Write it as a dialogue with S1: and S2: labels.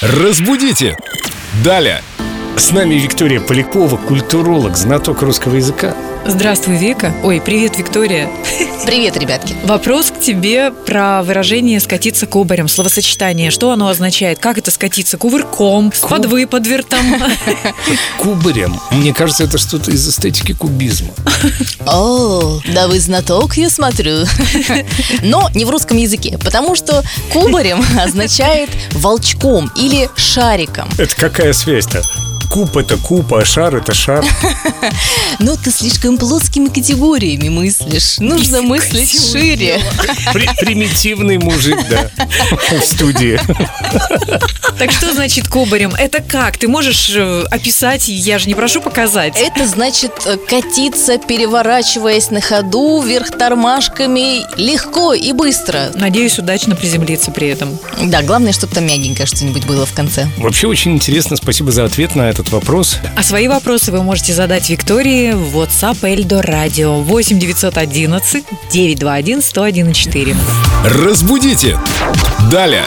S1: Разбудите! Далее!
S2: С нами Виктория Полякова, культуролог, знаток русского языка.
S3: Здравствуй, Вика. Ой, привет, Виктория.
S4: Привет, ребятки.
S3: Вопрос к тебе про выражение «скатиться кубарем», словосочетание. Что оно означает? Как это «скатиться»? Кувырком, с под выподвертом.
S2: Кубарем. Мне кажется, это что-то из эстетики кубизма.
S4: О, да вы знаток, я смотрю. Но не в русском языке, потому что кубарем означает волчком или шариком.
S2: Это какая связь-то? Куб это куб, а шар это шар.
S4: Но ты слишком плоскими категориями мыслишь. Нужно мыслить шире.
S2: При- примитивный мужик, да, в студии.
S3: Так что значит кубарем? Это как? Ты можешь э, описать? Я же не прошу показать.
S4: Это значит э, катиться, переворачиваясь на ходу, вверх тормашками, легко и быстро.
S3: Надеюсь, удачно приземлиться при этом.
S4: Да, главное, чтобы там мягенькое что-нибудь было в конце.
S2: Вообще очень интересно, спасибо за ответ на этот вопрос.
S3: А свои вопросы вы можете задать Виктории в WhatsApp Эльдо Радио 8 911 921 1014.
S1: Разбудите! Далее!